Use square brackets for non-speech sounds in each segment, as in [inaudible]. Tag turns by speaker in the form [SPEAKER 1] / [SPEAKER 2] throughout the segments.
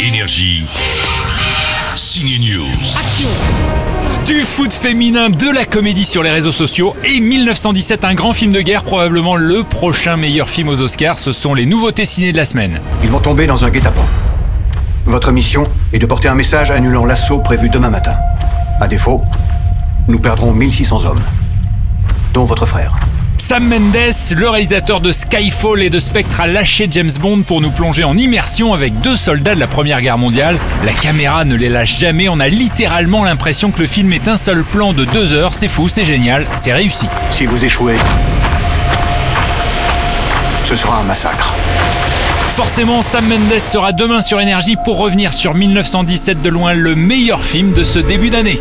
[SPEAKER 1] Énergie. Signe News.
[SPEAKER 2] Du foot féminin, de la comédie sur les réseaux sociaux et 1917, un grand film de guerre, probablement le prochain meilleur film aux Oscars. Ce sont les nouveautés ciné de la semaine.
[SPEAKER 3] Ils vont tomber dans un guet-apens. Votre mission est de porter un message annulant l'assaut prévu demain matin. À défaut, nous perdrons 1600 hommes, dont votre frère.
[SPEAKER 2] Sam Mendes, le réalisateur de Skyfall et de Spectre, a lâché James Bond pour nous plonger en immersion avec deux soldats de la Première Guerre mondiale. La caméra ne les lâche jamais, on a littéralement l'impression que le film est un seul plan de deux heures. C'est fou, c'est génial, c'est réussi.
[SPEAKER 3] Si vous échouez, ce sera un massacre.
[SPEAKER 2] Forcément, Sam Mendes sera demain sur Énergie pour revenir sur 1917 de loin, le meilleur film de ce début d'année.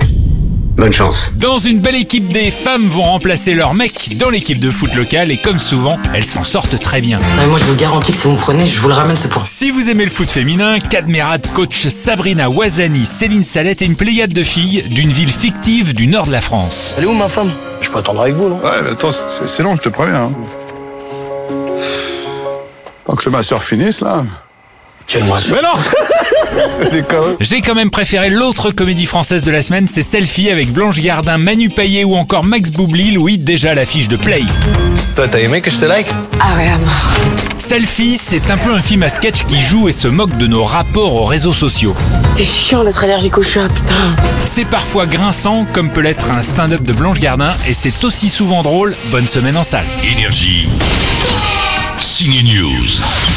[SPEAKER 3] Bonne chance.
[SPEAKER 2] Dans une belle équipe, des femmes vont remplacer leurs mecs dans l'équipe de foot locale et comme souvent, elles s'en sortent très bien.
[SPEAKER 4] Non, mais moi, je vous garantis que si vous me prenez, je vous le ramène ce point.
[SPEAKER 2] Si vous aimez le foot féminin, Cadmerad coach Sabrina Wazani, Céline Salette et une pléiade de filles d'une ville fictive du nord de la France.
[SPEAKER 5] Elle est où ma femme Je peux attendre avec vous, non
[SPEAKER 6] Ouais, mais attends, c'est c'est long, je te préviens. hein. Tant que le masseur finisse, là.
[SPEAKER 5] Tiens-moi ce
[SPEAKER 6] Mais non C'est des conneries.
[SPEAKER 2] [laughs] J'ai quand même préféré l'autre comédie française de la semaine, c'est Selfie avec Blanche Gardin, Manu Payet ou encore Max Boublil, oui déjà l'affiche de Play.
[SPEAKER 7] Toi, t'as aimé que je te like
[SPEAKER 4] Ah ouais, à mort.
[SPEAKER 2] Selfie, c'est un peu un film à sketch qui joue et se moque de nos rapports aux réseaux sociaux.
[SPEAKER 4] C'est chiant d'être allergique au chat, putain.
[SPEAKER 2] C'est parfois grinçant, comme peut l'être un stand-up de Blanche Gardin, et c'est aussi souvent drôle. Bonne semaine en salle.
[SPEAKER 1] Énergie. Signe News.